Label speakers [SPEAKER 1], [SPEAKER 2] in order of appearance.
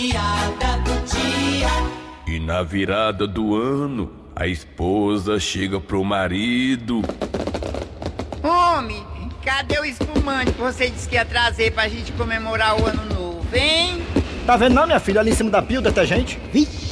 [SPEAKER 1] piada do dia.
[SPEAKER 2] E na virada do ano, a esposa chega pro marido.
[SPEAKER 3] Homem, cadê o espumante que você disse que ia trazer pra gente comemorar o ano novo, hein?
[SPEAKER 4] Tá vendo não, minha filha? Ali em cima da pia o detergente.
[SPEAKER 3] Vixe!